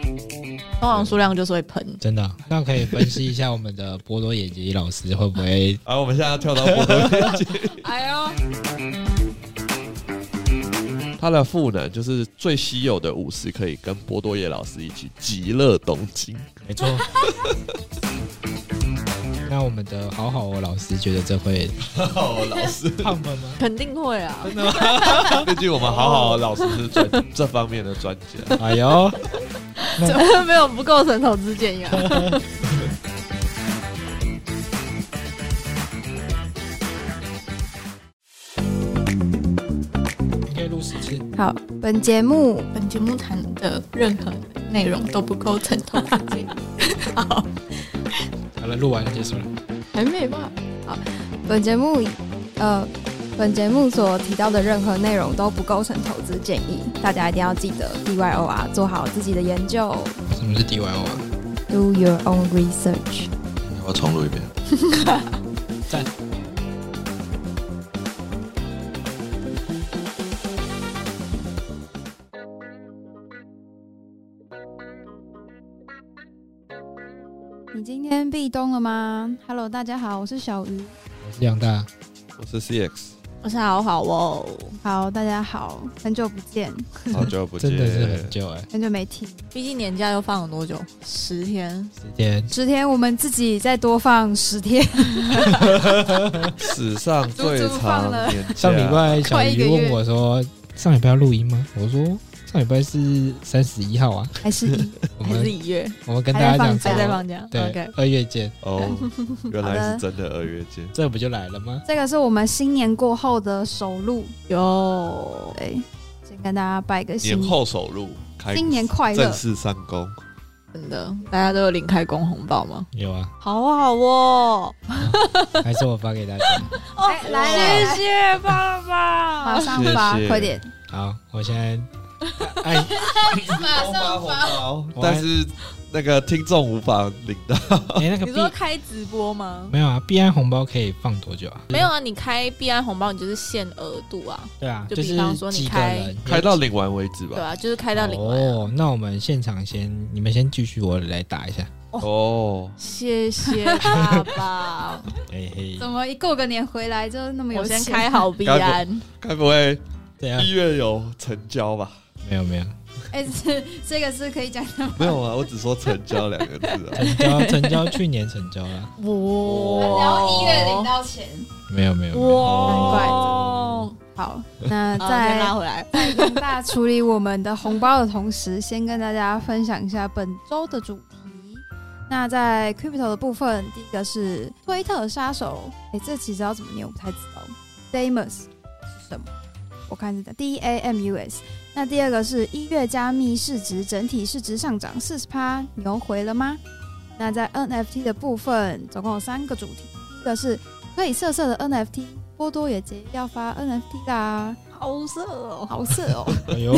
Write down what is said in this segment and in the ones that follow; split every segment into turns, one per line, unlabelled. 通常数量就是会喷。
真的，那可以分析一下我们的波多野结衣老师会不会
啊，我们现在要跳到波多野结衣，
哎呦，
他的赋能就是最稀有的武士，可以跟波多野老师一起极乐东京。
没错。那我们的好好哦老师觉得这会
哦，老师，
胖们吗？
肯定会啊！
毕竟我们好好的老师是专这方面的专家。
哎呦，
怎么 没有不构成投资 建议啊？
你可以录十次。
好，
本节目
本节目谈的任何内容都不构成投资建议。好，
好了，录完了，结束了。
还没吧？
本节目呃，本节目所提到的任何内容都不构成投资建议，大家一定要记得 D Y O R，做好自己的研究
什么是 DYO 啊？
，Do your own research。
我重录一遍。
赞。
你今天壁咚了吗？Hello，大家好，我是小鱼。
我是杨大，
我是 CX，
我是好好哦，
好，大家好，很久不见，
好久不见，
真的是很久哎、
很久没听。
毕竟年假又放了多久？十天。
时间
十天，我们自己再多放十天。
史上最
足足
长
放了
年假。
上礼拜小
快一个
鱼
月
问我说：“上礼拜要录音吗？”我说：“上礼拜是三十一号啊。
还是一”
我
还是
们
一月，
我们跟大家讲
还
说
还在放假。
对
OK，，
二月见，
哦，原来
好
是
的
真的二月见。
这不就来了吗？
这个是我们新年过后的首录，
有
对，先跟大家拜个新
年后首录，开
新年快乐
正。式上工。
真的，大家都有领开工红包吗？
有啊，
好好哦，
还是我发给大家。
哎
来来来，来
谢谢爸
马
爸，
上发
谢，谢
快点！
好，我现在 哎，
马
红 包
我还
但是那个听众无法领到。
哎那个
你说
B
开直播吗？
没有啊？B 安红包可以放多久啊？
没有啊，你开币安红包，你就是限额度啊，
对啊，
就
就
比
是
方说你
几个
开
人
开到领完为止
对
吧。
啊，就是开到零完啊。
哦，那我们现场先，你们先继续，我来打一下。
哦，
谢谢爸爸，
嘿嘿，
怎么一过个年回来就那么有
我先
钱
开？好币安，
该不会
这样
一月有成交吧？
没有没有，
哎，这这个是可以讲的吗，
没有啊，我只说成交两个字 啊。
成交成交，去年成交了，
哇
然后一月领到钱。
没有没有没有，
哇，
难好，
好哦先
那
拉
在
回来，
在杨大处理我们的红包的同时，先跟大家分享一下本周的主题。那在 crypto 的部分，第一个是推特杀手，哎，这其实要怎么念我不太知道，Damus 是什么？我看是的 D A M U S。那第二个是一月加密市值整体市值上涨四十趴，牛回了吗？那在 NFT 的部分，总共有三个主题，第一个是可以色色的 NFT，波多野结衣要发 NFT 啦，
好色哦，
好色哦。
哎呦，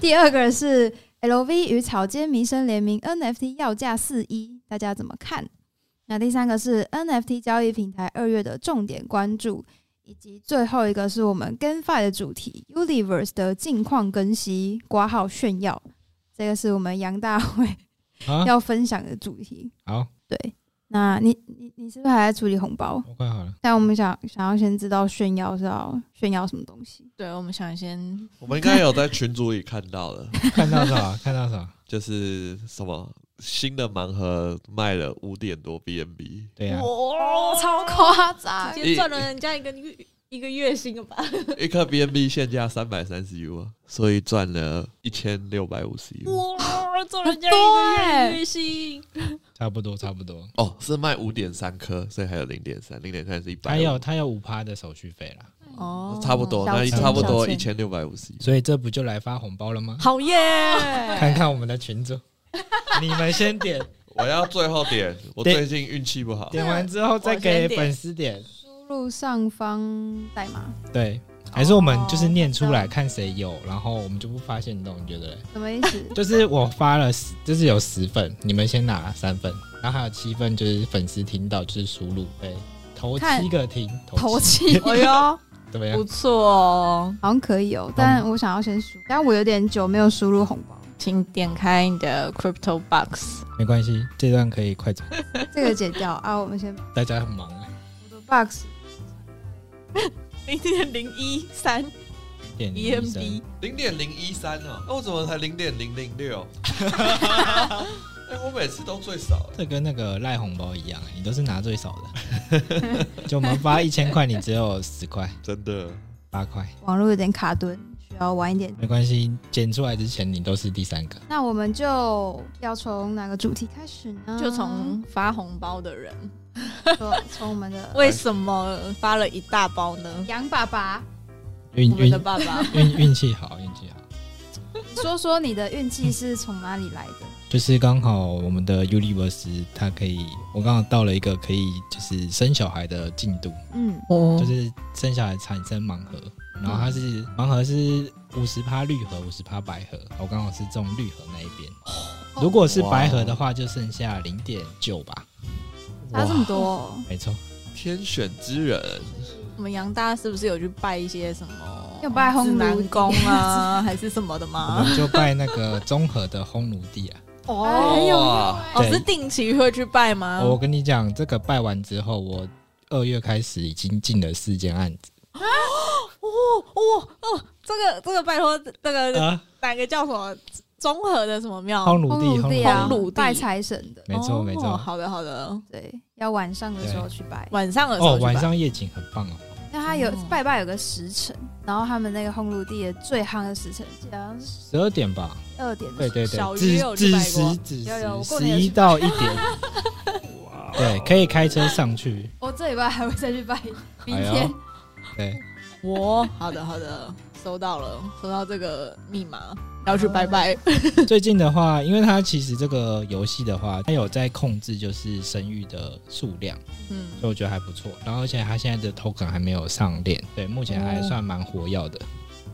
第二个是 LV 与草间弥生联名 NFT 要价四一，大家怎么看？那第三个是 NFT 交易平台二月的重点关注，以及最后一个是我们 GameFi 的主题 Universe 的近况更新，挂号炫耀，这个是我们杨大会
啊，
要分享的主题。
好，
对，那你你你是不是还在处理红包？
我快好了，
但我们想想要先知道炫耀是要炫耀什么东西。
对，我们想先
我们应该有在群组里看到了，
看 到啥？看到啊啥？
就是什么新的盲盒卖了五点多 BNB，
对啊呀，
哇，
超夸张！
直接赚了人家一个月一个月薪了吧？
一颗 BNB 现价三百三十 U 啊，所以赚了一千六百五十 U。
哇，赚人
人
家
家
一个
一个
月
月
月薪，
差不多差不多。
哦，是卖五点三颗，所以还有零点三，零点三是一百。
他有他有五趴的手续费啦，
哦
差不多，那
小钱
差不多一
小
千六百五十一。
所以这不就来发红包了吗？
好 耶！
看看我们的 群主，你们先点，
我要最后点，我
对
最近运气不好。
点完之后再给粉丝点。
输入上方代码
对，还是我们就是念出来看谁有，然后我们就不发现动，你觉得嘞？？
什么意 思
就是我发了十，就是有十份，你们先拿三份，然后还有七份就是粉丝听到就是输入，对，头
看
哎七个听，
投
七
气！哎呦，
怎么样
不？错哦，
好像可以哦，但我想要先输，但我有点久没有输入红包，
请点开你的 Crypto Box。
没关系，这段可以快走，
这个解掉 啊。我们先
大家很忙哎、
我的 box
零点零一三
点
E EMB，
零点零一三哦，那我怎么才零点零零 六？哎，我每次都最少。欸
这跟那个赖红包一样、欸，你都是拿最少的， 就我们发一千块，你只有十块、
真的，
八块，
网络有点卡顿，需要晚一点。
没关系，剪出来之前你都是第三个。
那我们就要从哪个主题开始呢？
就从发红包的人，
嗯说从我们的
为什么发了一大包呢？
杨爸爸，
运
我们
运
的爸 爸
运运气好，运气好，
你说说你的运气是从哪里来的？
就是刚好我们的 Universe 它可以，我刚好到了一个可以就是生小孩的进度，
嗯，
哦
就，是生小孩产生盲盒，然后它是盲盒是五十趴绿盒，五十趴白盒，我刚好是中绿盒那一边。如果是白盒的话，就剩下零点九吧。
差这么多哦、
没错，
天选之人，
我们杨大是不是有去拜一些什么？
有拜烘炉
指南宫 啊，还是什么的
我
吗？
们就拜那个综合的烘炉地啊。
哦很有用
啊
哇
哦，
对
是定期会去拜吗？
我跟你讲，这个拜完之后，我二月开始已经进了四件案子
哦哦哦，这个这个拜托，那个
啊，
哪个叫什么综合的什么庙？
烘炉地，烘炉
烘炉地
地，
烘
啊，
炉地
拜财神的，
没错
哦
没错。
好的好的，
对，要晚上的时候去拜。
晚上的时候
哦，
去拜
晚上夜景很棒哦。
那他有
哦
拜拜有个时辰，然后他们那个烘炉地的最夯的时辰，好像是
十二点吧，
二点
对
的时
对
小
对，
鱼
子
有去
子
拜过
时子
有有我
时
过
十
年有去
一到一点，对，可以开车上去。
候。我这礼拜还会再去拜，明
哎呦
天。
对，
我哦好的好的，收到了，收到这个密码，要去拜拜。
最近的话，因为它其实这个游戏的话，它有在控制就是生育的数量，
嗯，
所以我觉得还不错。然后而且它现在的 token 还没有上链，对，目前还算蛮活跃的。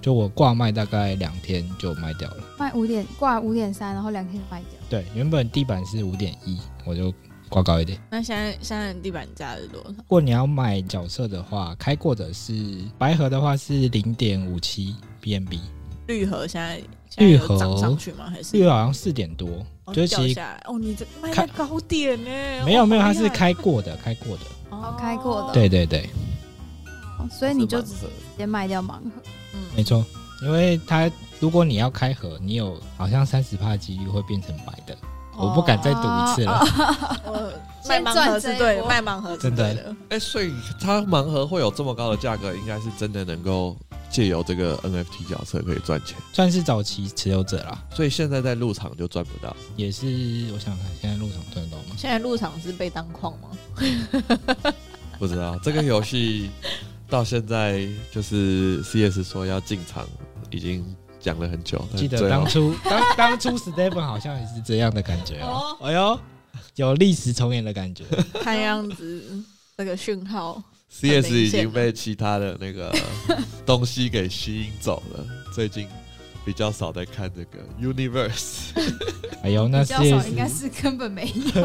就我挂卖大概两天就卖掉了，
卖五点挂五点三，然后两天就卖掉。
对，原本地板是五点一，我就挂高一点。
那现在现在的地板价是多少
如？果你要买角色的话，开过的是白盒的话是零点五七 BNB，
绿盒现在现在
绿
有
盒
涨上去吗？还是
绿盒好像四点多，
哦
就是
掉
其实
下来？哦，你这卖在
看
高点呢？
没有没有，
哦
它是开过的，开过的，
哦
开过的
对对对。
哦所以你就直
是蛮
接卖掉盲盒。
没
嗯，
错，因为它如果你要开盒，你有好像三十帕几率会变成白的，我不
哦
敢再赌一次了。
哦
我 卖
先
盲
赚
盒
这
是
一
对，
波
哦卖盲盒是
真的
对的。
哎、所以它盲盒会有这么高的价格，应该是真的能够借由这个 NFT 角色可以赚钱。
算是早期持有者啦，
所以现在在入场就赚不到。
也是我想看现在入场赚得到吗？
现在入场是被当矿吗？
不知 道这个游戏到现在就是 CS 说要进场，已经讲了很久。
记得
但最后
当初当当初 Stephen 好像也是这样的感觉哦、啊 哎呦，有历史重演的感觉。
看样子这个讯号
CS 已经被其他的那 个东西给吸引走了，最近比较少在看这个 Universe。
哎呦， 那
比较少
CS
应该是根本没 有。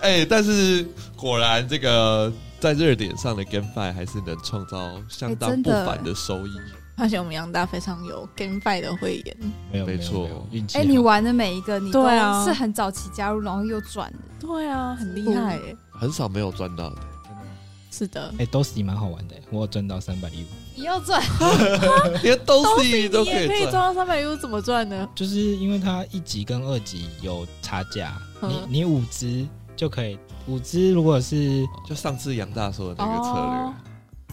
哎、但是果然这个在热点上的 GameFi 还是能创造相
哎
当
真
不
的
凡的收益。
发现我们杨大非常有 GameFi 的慧眼，
没有没有
没错
没有运气
哎、
好。
你玩的每一个，你都
对啊
是很早期加入，然后又转的。
对啊，很厉害耶。
很少没有赚到的。
是的，
哎、都是蛮好玩的，我有赚到三百一五，
你 又转，
连东西都
你
可
也可以
以
赚
赚。
到三百 U，怎么赚呢？
就是因为它一级跟二级有差价，
嗯
你你五只就可以，五只如果是
就上次杨大说的那个策略，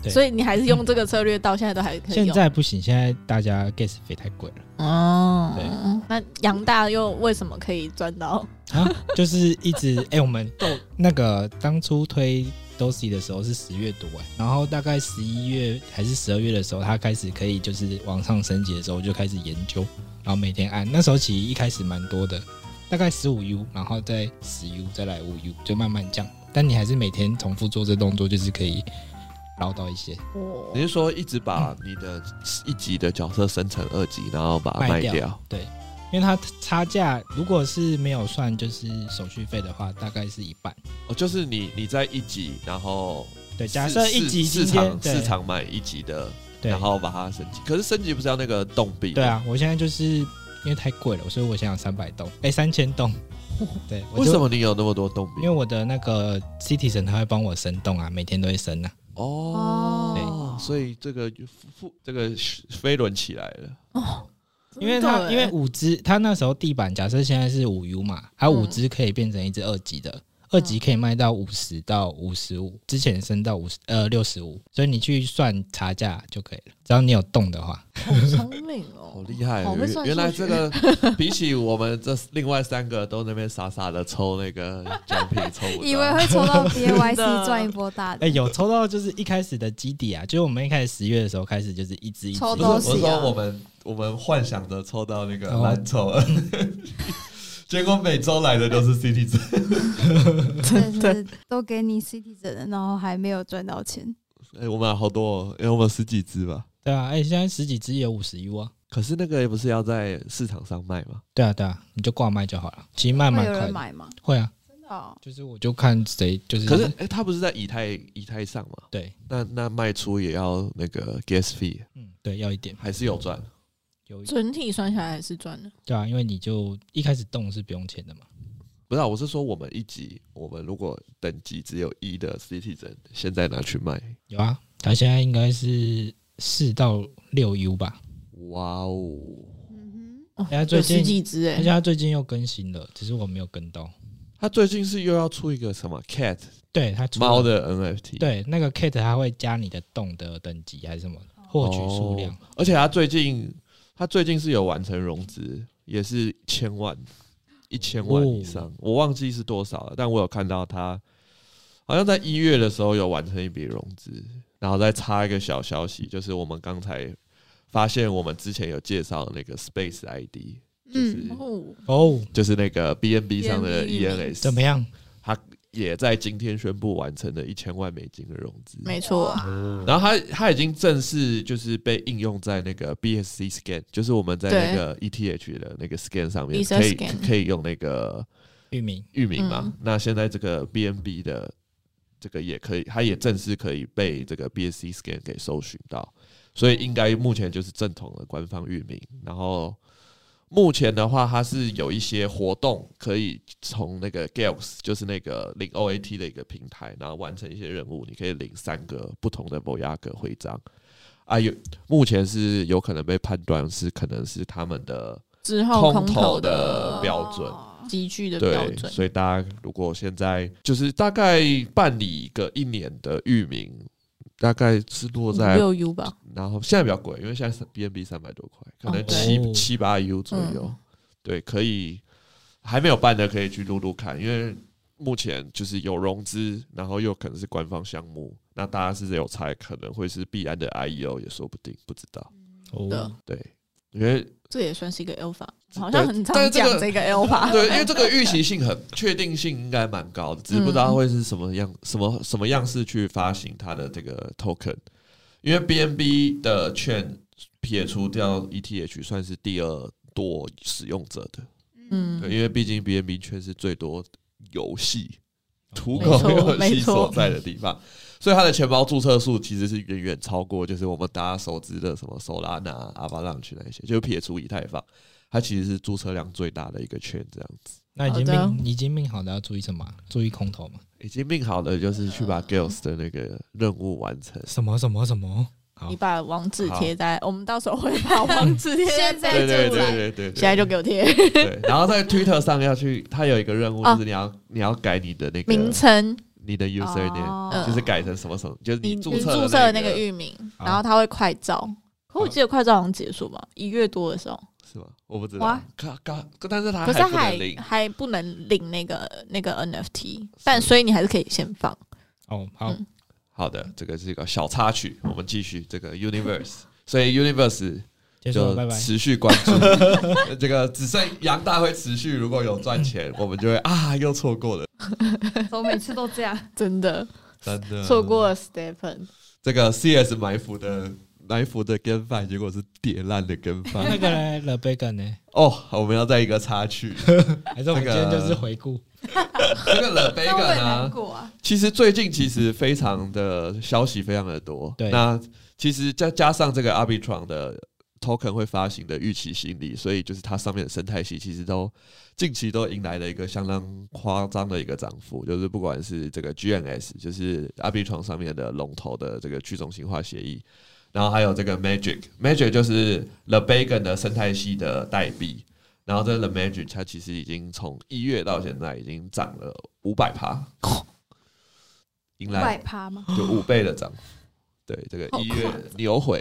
对
所以你还是用这个策略，到现在都还可以
现
用。
在不行，现在大家 gas 费太贵了
哦
对，
那杨大又为什么可以赚到？
啊，就是一直哎、我们都那个当初推 Dosi 的时候是十月多哎、然后大概十一月还是十二月的时候，它开始可以就是往上升级的时候，我就开始研究，然后每天按。那时候其实一开始蛮多的，大概十五 U，然后再十 U，再来五 U，就慢慢降。但你还是每天重复做这动作，就是可以捞到一些。
哦
你是说一直把你的一级的角色升成二级，然后把它卖
卖掉对，因为它差价如果是没有算就是手续费的话，大概是一半。
哦，就是你你在一级，然后
对，假设
市
一集
市
今
市
天
场
对
市场买一集的，
对
然后把它升级。可是升级不是要那个动币？
对，啊，我现在就是因为太贵了，所以我想要三百栋，哎，三千 栋。对，我
为
就
什？么你有那么多动
因
币
为？我的那个 Citizen 他会帮我升栋啊，每天都会升啊。
哦，所以这个复复这个飞轮起来了。
因为它因为五只，它那时候地板假设现在是五 U 嘛，它五只可以变成一只二级的，二级可以卖到五十到五十五，之前升到五十呃六十五，所以你去算差价就可以了，只要你有动的 话。
好聪明
好
哦，
厉害！
好会
原
算
原来
数学
这个 比起我们这另外三个都那边傻傻的抽那个奖品，抽不
以
到
为会抽 到
真
DYC
的
赚一波大
哎、
的，
有抽到就是一开始的基底啊，就是我们一开始十月的时候开始就是一只一只
抽
不
都
是，
是
我是
啊
说我们我们幻想着抽到那个
哦
蓝筹， 结果每周来的都是 CT 值，
哎
真的是都给你 CT 整的，然后还没有赚到钱。
哎，我们好多，哦，哎，我们十几只吧。
对啊，哎、现在十几只也有五十 U 啊。
可是那个也不是要在市场上卖吗？
对啊，对啊，你就挂卖就好了，其实卖
会
蛮
有
快
人
的。
买吗？
会啊，
真的哦，
就是我就看谁就是。
可是哎，它不是在以太以太上吗？
对，
那那卖出也要那个 gas fee，
嗯，对，要一点，
还是有赚？
有一点，
整体算下来还是赚的。
对啊，因为你就一开始动是不用钱的嘛。
不是、啊，我是说我们一集，我们如果等级只有一的 CT 针，现在拿去卖，
有啊，他现在应该是四到六 U 吧。
哇哦！
嗯
哦
哎呀最
有
近
十几只
而且
哎，
他最近又更新了，只是我没有跟到。
他最近是又要出一个什么 cat
对他出了
猫，的 NFT，，
对那个 Kate 他会加你的洞的等级还是什么获取数量？
哦而且他最近他最近是有完成融资，也是千万一千万以上，
哦
我忘记是多少了，但我有看到他好像在一月的时候有完成一笔融资，然后再插一个小消息，就是我们刚才发现我们之前有介绍的那个 Space ID。就是、
嗯
哦，
哦，
就是那个 BNB 上的
BNB 域名
ENS，
怎么样？
也在今天宣布完成了一千万美金的融资。
没错，
然后它它已经正式就是被应用在那个 BSC Scan，就是我们在那个 ETH 的那个 Scan 上面
Visa
可以
Scan
可以用那个
域名
域名嘛。
嗯
那现在这个 BNB 的这个也可以，它也正式可以被这个 BSC Scan 给搜寻到，所以应该目前就是正统的官方域名。然后目前的话，它是有一些活动可以从那个 Gales，就是那个领 OAT 的一个平台，然后完成一些任务，你可以领三个不同的 Voyager 徽章。啊，有目前是有可能被判断是可能是他们的
之后空
空投
投
的
的
标准
哦
集聚的标
对，
准，
所以大家如果现在就是大概办理个一年的域名，大概是落在，
六 U 吧，
然后现在比较贵，因为现在是 BNB 三百多块，可能
哦
七、
对
七八 U 左右。
嗯
对，可以还没有办的可以去撸撸看，因为目前就是有融资，然后又可能是官方项目，那大家是有猜可能会是必安的 IEO 也说不定，不知道。
的
哦，
对，因为
这也算是一个 alpha，
嗯对
好像很常
但是这
讲
个
这个 alpha，
对，因为这个预期性很确定性应该蛮高的，只是不知
嗯
道会是什么样、什么什么样式去发行它的这个 token。因为 BNB 的券撇除掉 ETH 算是第二多使用者的，
嗯
对，因为毕竟 BNB 圈是最多游戏、土
嗯
哦
没
狗
错
游
没
戏
错
所在的地方，所以它的钱包注册数其实是远远超过，就是我们大家熟知的什么 Solana、Avalanche 那一些，就撇除以太坊，它其实是注册量最大的一个圈，这样子。
那已经
好的
命已经命好的要注意什么啊？注意空投嘛？
已经命好的就是去
嗯
把 Gales 的那个任务完成。
什么什么什么？好
你，把网址贴在，我们到时候会把网址 贴
现在
对对
就
对
来
对对对，
现在就给我贴
对。然后在 Twitter 上要去，它有一个任务，
啊
就是你要你要改你的那个
名称，
你的 username，
哦
就是改成什么什么，就是
你
你
你
注
注
册
册的那
那
个域名，
好
然后它会快照。可我记得快照好像结束吧，一月多的时候，
是吗？我不知道
哇。
可可，但是它
可是
还不
还
能领。
还不能领那个那个 NFT，但所以你还是可以先放。
哦，好，
嗯
好的，这个是一个小插曲，我们继续这个 universe。所 以 universe
结束了，
就
拜拜。
持 续关注这个，只剩杨大会持续，如果有赚 钱，我们就会啊又错过了，
嗯
我每次都这样。
真的
真的
错过了 Stephen，
这个 CS 埋伏的埋伏的跟饭，结果是跌烂的跟
那
饭。
个 The Bacon 呢？
哦，我们要再一个插曲，
还是我们今天就是回顾？
这个冷杯
那我
梗
也难
啊。
过啊。
其实最近其实非常的消息非常的多，
对
那其实再加上这个 Arbitron 的 token 会发行的预期心理，所以就是它上面的生态系其实都近期都迎来了一个相当夸张的一个涨幅，就是不管是这个 GNS，就是 Arbitron 上面的龙头的这个去中心化协议。然后还有这个 Magic，Magic 就是 The Bacon 的生态系的代币。然后这 The Magic 它其实已经从一月到现在已经涨了五百趴，迎
外
来
趴吗？
就五倍的涨幅。对，这个
哦好
一月
夸张
牛回。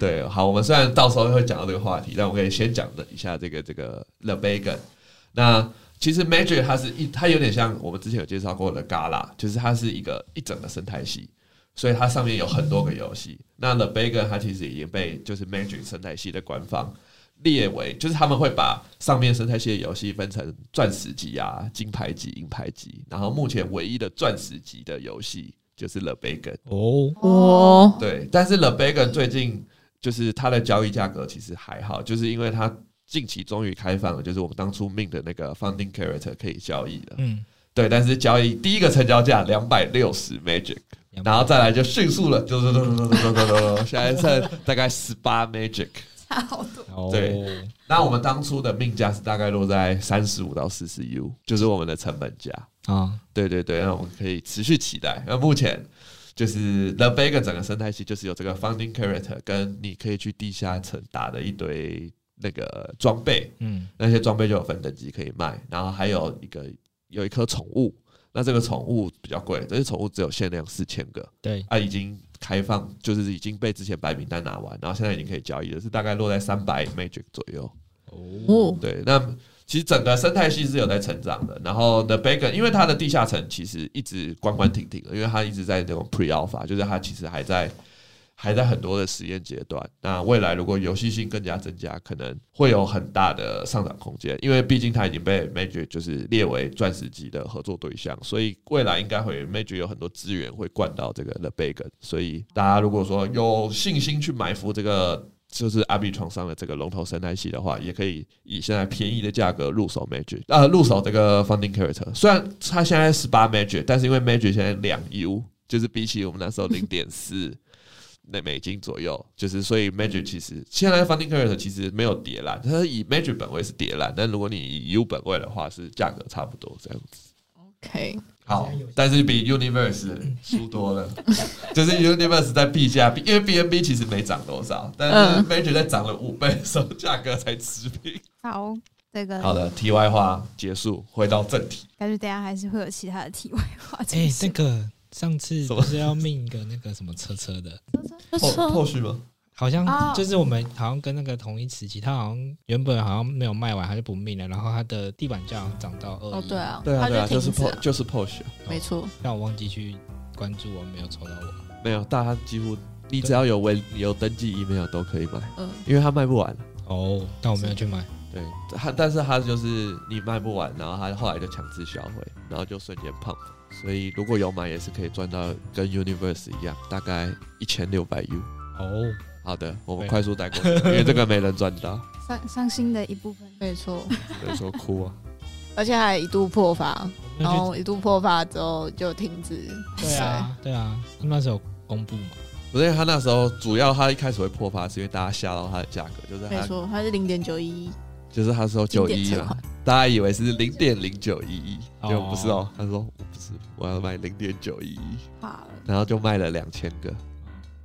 对，好，我们虽然到时候会讲到这个话题，但我可以先讲的一下这个这个 The Bacon。那其实 Magic 它是一，它有点像我们之前有介绍过的 Gala，就是它是一个一整个生态系，所以它上面有很多个游戏。那 The Bacon 它其实已经被就是 Magic 生态系的官方列为，就是他们会把上面生态系的游戏分成钻石级啊、金牌级、银牌级，然后目前唯一的钻石级的游戏就是 The Bacon。
哦，
我
对，但是 The Bacon 最近就是它的交易价格其实还好，就是因为它近期终于开放了，就是我们当初命的那个 Funding Character 可以交易了。
嗯，
对，但是交易第一个成交价两百六十 Magic，
260
然后再来就迅速了，咚咚咚咚咚咚咚咚，现在剩大概十八 Magic。
差好多。
哦，
对那我们当初的命价是大概落在三十五到四十 U，就是我们的成本价。
啊，
对对对，那我们可以持续期待。那目前就是 The Bag 整个生态系就是有这个 Funding Character，跟你可以去地下城打的一堆那个装备，
嗯，
那些装备就有分等级可以卖，然后还有一个有一颗宠物，那这个宠物比较贵，这些宠物只有限量四千个，
对，
啊，已经开放，就是已经被之前白名单拿完，然后现在已经可以交易了，是大概落在三百 Magic 左右。
哦，
我
对，那其实整个生态系是有在成长的。然后 The Bacon，因为它的地下层其实一直关关停停的，因为它一直在那种 Pre Alpha，就是它其实还在还在很多的实验阶段。那未来如果游戏性更加增加，可能会有很大的上涨空间，因为毕竟它已经被 Magic 就是列为钻石级的合作对象，所以未来应该会 Magic 有很多资源会灌到这个 The Bacon。所以大家如果说有信心去埋伏这个。就是阿比床上的这个龙头生态系的话，也可以以现在便宜的价格入手 Magic，呃，入手这个 Funding Character。虽然它现在十八 Magic，但是因为 Magic 现在两 U，就是比起我们那时候零点四，那美金左右，就是所以 Magic 其实现在 Funding Character 其实没有跌烂，它是以 Magic 本位是跌烂，但如果你以 U 本位的话，是价格差不多这样子。
OK，
好，但是比 Universe 输多了，
嗯
就是 Universe 在币价，因为 BNB 其实没涨多少，但是
嗯
Magic 在涨了五倍的时候，价格才持平。
好，这个
好的，题外话结束，回到正题。
感觉等一下还是会有其他的题外话出
哎，那
现。
个上次
什
不
么
是要命一个那个什么车车的，
后后续吗？
好
哦
像就是我们好像跟那个同一时期，他好像原本好像没有卖完，他就不命了，然后他的地板价好像涨到二
哦
一，
对，啊，
对啊，对
他
啊，
就停
就是
止
PO
了，
就是 POSH，啊
没错，
但我忘记去关注，我没有抽到我，
没有，大家几乎你只要有文有登记 email 都可以买，
嗯，
因为它卖不完。
哦，但我没有去买，
对，它但是它就是你卖不完，然后它后来就强制销毁，然后就瞬间胖。所以如果有买也是可以赚到跟 Universe 一样，大概一千六百 U。
哦，
好的，我们
对
快速带过去，因为这个没人赚 到，
伤伤心的一部分，
没错，
所以说哭啊。
而且还一度破发，
我没
然
有
后一度破发之后就停止，
去，对啊，对啊，他们那时候有公布嘛，
不是，他那时候主要他一开始会破发，是因为大家吓到它的价格，就是
没
它
错，它是零点九一，
就是他说
经
九
典
一
存
嘛
款，
大家以为是零点零九一一，
哦
结果不是哦，他说我不是，我要卖零点九一一，
怕了。
然后就卖了两千个，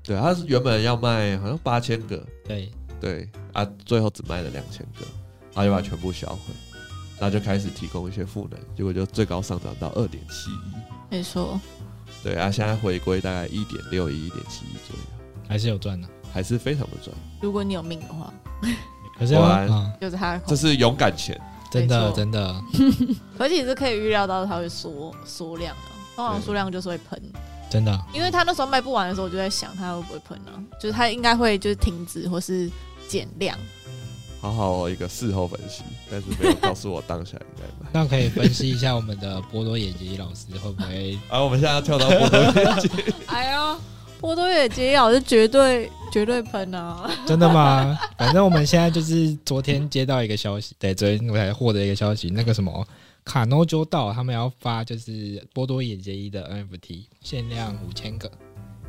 对，他是原本要卖好像八千个，
对，
对啊，最后只卖了两千个，然后就把它全部销毁，然后就开始提供一些赋能，结果就最高上涨到二点七一，
没错，
对啊，现在回归大概一点六一、一点七一左右，
还是有赚的，
还是非常的赚，
如果你有命的话，
可是要
果然
嗯
就是它的空
这是勇敢钱，
真的
没错
真的，
可是也是可以预料到它会缩缩量的，通常缩量就是会喷，
真的，
因为它那时候卖不完的时候，我就在想它会不会喷啊，就是它应该会就是停止或是减量，
好好哦，一个事后分析，但是没有告诉我当下应该买。
那可以分析一下我们的波多野结衣老师会不会
啊，我们现在要跳到波多野结衣
哎呀，波多野结衣老师绝对绝对喷啊！
真的吗？反正我们现在就是昨天接到一个消息，对，昨天我才获得一个消息，那个什么卡诺州道他们要发就是波多野结衣的 NFT，限量五千个。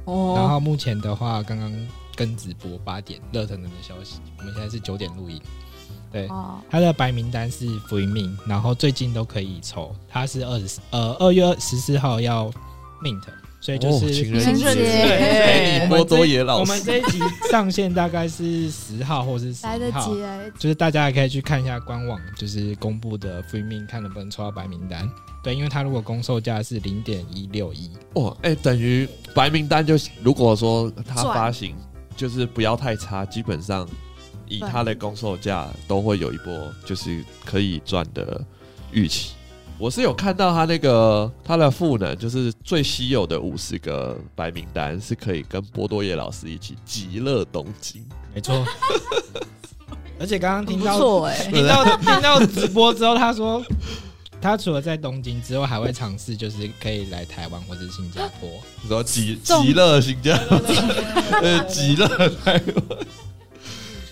然
哦，
后目前的话，刚刚跟直播八点热腾腾的消息，我们现在是九点录音。对，
哦，
它的白名单是福音命，然后最近都可以抽。它是二十呃二月十四号要 mint，所以就
哦
是、
情人
情人
节
节
陪你
我们
波多
这
野老
我
师
们这 一集上线大概是十号或是十
来得
号，
及，来得及。
就是大家也可以去看一下官网，就是公布的 free min 看能不能抽到白名单。对，因为它如果公售价是零点一六一，
哦，哎、等于白名单就如果说它
赚
发行就是不要太差，基本上以
赚
它的公售价都会有一波就是可以赚的预期。我是有看到它那个它的赋能，就是最稀有的五十个白名单是可以跟波多野老师一起极乐东京。
没错。 而且刚刚
很
听
不
到
错哎、
听到听到直播之后，他说他除了在东京之后，还会尝试就是可以来台湾或者新加坡。
你说极
中
极乐新疆，呃，极乐台湾，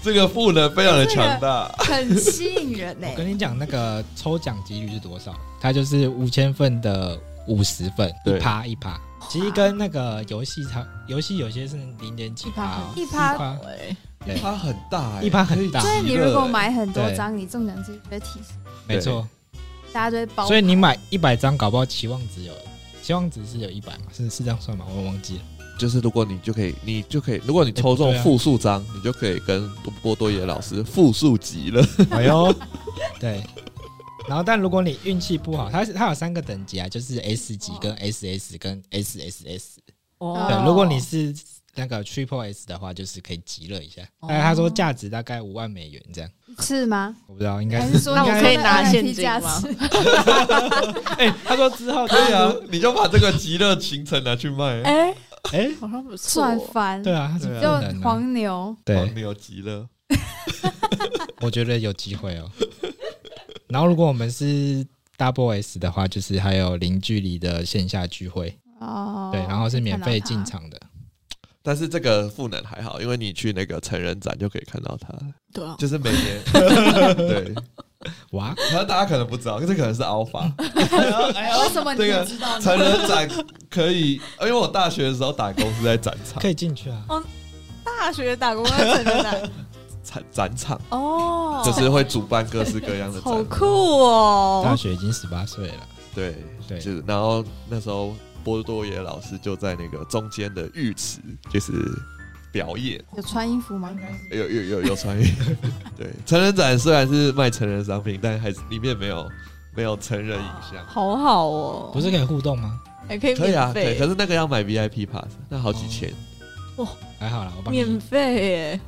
这个赋能非常的强大。
很吸引人欸呢、
我跟你讲，那个抽奖几率是多少？它就是五千份的五十份，一
对
趴一趴。其实跟那个游戏差，游戏有些是零点几趴哦，
一趴
欸，
对
它很大、欸，
一趴很大
所以你如果买很多
对
张，你中奖几率就会提升，
没错。
大家就会包。
所以你买一百张，搞不好期望值有，期望值是有一百嘛？是是这样算吗？我忘记了。
就是如果你就可以，你就可以，如果你抽中
哎不对啊
复数张，你就可以跟波多野老师复数级了。
哎呦，对。然后，但如果你运气不好，它是它有三个等级啊，就是 S
哦
级、跟 SS、跟 SSS。
哦
对，如果你是那个 Triple S 的话，就是可以极乐一下。
哦
但是他说价值大概五万美元这样，
一次吗？
我不知道，应该
还
是
是说
那我可以拿现金
金
吗？
哎、 他说之后
对啊， 你就把这个极乐行程拿去卖，哦
哎、
哎、
好像不错
算翻，
对啊，他是不
就
能、啊。
黄牛。
对，
你有极乐，
我觉得有机会哦。 然后，如果我们是 Double S 的话，就是还有零距离的线下聚会，
哦，
对，然后是免
可
费
以看到
进
它。
场的。
但是这个赋能还好，因为你去那个成人展就可以看到它，
对啊，
就是 每年对，
哇，
可能大家可能不知道，这可能 是 alpha
哎为什么你
这个
不知
嗯
道呢？
成人展可以，因为我大学的时候打工是在展场
哦
可，以进去啊！
大学打工在成人展
展展场
哦
就是会主办各式各样的展
好
览，
酷
大
哦，
学已经十八岁了，
对，
对
就是然后那时候波多野老师就在那个中间的浴池，就是表演，
有穿衣服吗？
啊
有有有有穿越。 对，成人展虽然是卖成人商品，但还是里面没有没有成人影像。
好好哦，
不是可以互动吗？
还可以
可以啊，
免
对，
费
可是那个要买 VIP pass，那好几千，
还好啦，我帮
免
你。
费耶，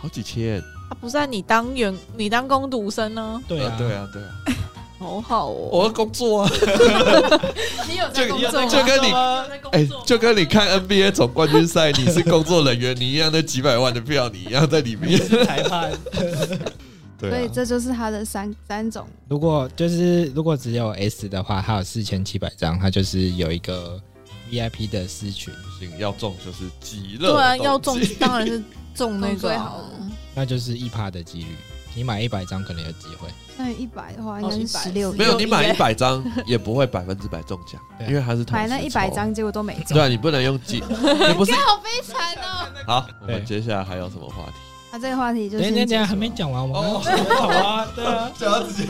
好几千。
啊，不是啊你当员，你当工读生呢，
对啊，
呃对，啊，对啊，
好好哦，
我要工作啊，
你有
就
作吗
就跟你。哎、就跟你看 NBA 总冠军赛，你是工作人员，你一样那几百万的票，你一样在里面。
裁判。
所
对、
以
啊，
这就是它的三三种
如果就是如果只有 S 的话，它有四千七百张，它就是有一个 VIP 的私群，
行，要中就是极乐。
对啊，要中
极
当然 是中那个
最
啊
好的。
那就是一趴的几率，你买一百张可能有机会。
那一百的话应该
哦
是
100
十六，
没有，你买
有
一
耶
百张 也不会百分之百中奖，
对啊
因为它是同
买那
时
一百
抽
张，结果 都没中
对。啊，你不能用 几，你不是
好悲惨哦！
好。我
对
们接下来还有什么话题？
那这个话题就
等
是
一下等一下还没讲完，我们
哦
还有好啊，对啊，
想要直接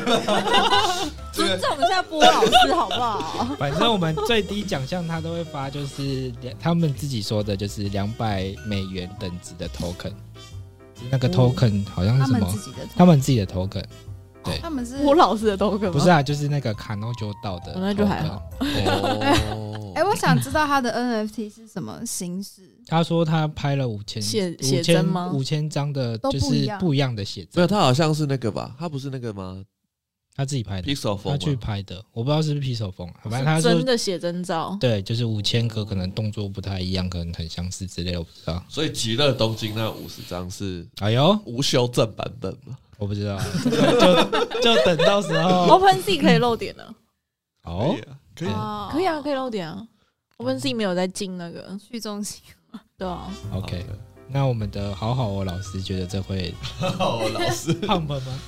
尊重一下波老师好不 好？
反正我们最低奖项它都会发，就是两他们自己说的，就是两百美元等值的 token，那个 token 好像
他
是什
们
么
自？己的，
他们自己的 token
他们是
波老师的都可
不是啊，就是那个卡诺九道的 token，
哦那就还好
哦
哎，我想知道他的 NFT 是什么形式，
他说他拍了五千
写
五
写真
千
吗
五千张的，
都
就
不一
是
样
不一样的写
没
真，
有，他好像是那个吧？他不是那个吗
他自己拍的，
？Pixel 风
他去
吗
拍的，我不知道是不是披手风，啊反正他
哦真
说
的写真照，
对，就是五千个，可能动作不太一样，可能很相似之类的，我不知道。
所以极乐东京那五十张是
哎呦，
无修正版本嘛？
我不知 道，这个就就等到时候
Open Sea 可以露点啊的，
哦
可以。啊，可以啊。
哦
可以啊，可以露点啊。Open Sea 没有在进那个，
去中心。
对啊，
OK，那我们的好好哦，老师觉得这会
好的好，老师，
胖胖吗？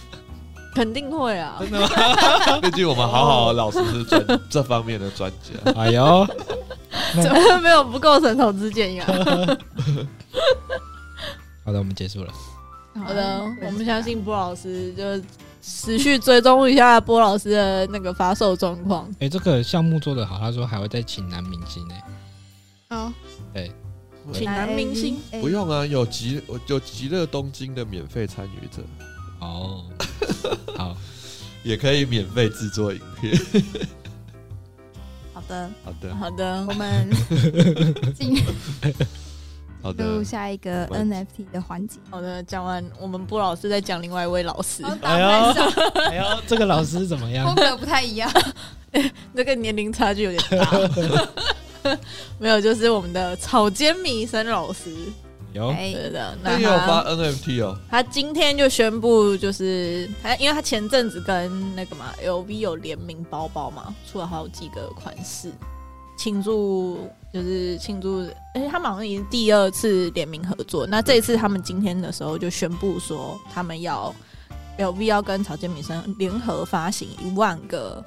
肯定会啊，
真的吗？
毕竟我们好好老师是专这方面的专家。
哎呦，
怎么 没有不构成投资建议 啊？
好的，我们结束了。
好的，我们相信波老师就 持续追踪一下波老师的那个发售状况。
哎、这个项目做得好，他说还会再请男明星呢、
好，
对，
请男明星，
不用啊，有极有极乐东京的免费参与者，
哦，好，
也可以免费制作影片。
好的，
好的，
好的
我，们进
好
入
的，
下一个 NFT 的环节。
好的，讲完我们波老师，再讲另外一位老师，
哎呦， 哎呦，这个老师怎么
哦
样？
格不太一样，
这个年龄差距有点大。 没有，就是我们的草间弥生老师，
有，
哎，
对的。
那
那
也有
他
发 NFT 哦，
他今天就宣布，就是他，因为他前阵子跟那个嘛 LV 有联名包包嘛，出了好几个款式，庆祝就是庆祝，而且他们好像已经第二次联名合作。那这一次他们今天的时候就宣布说，他们要 LV 要跟草间弥生联合发行一万个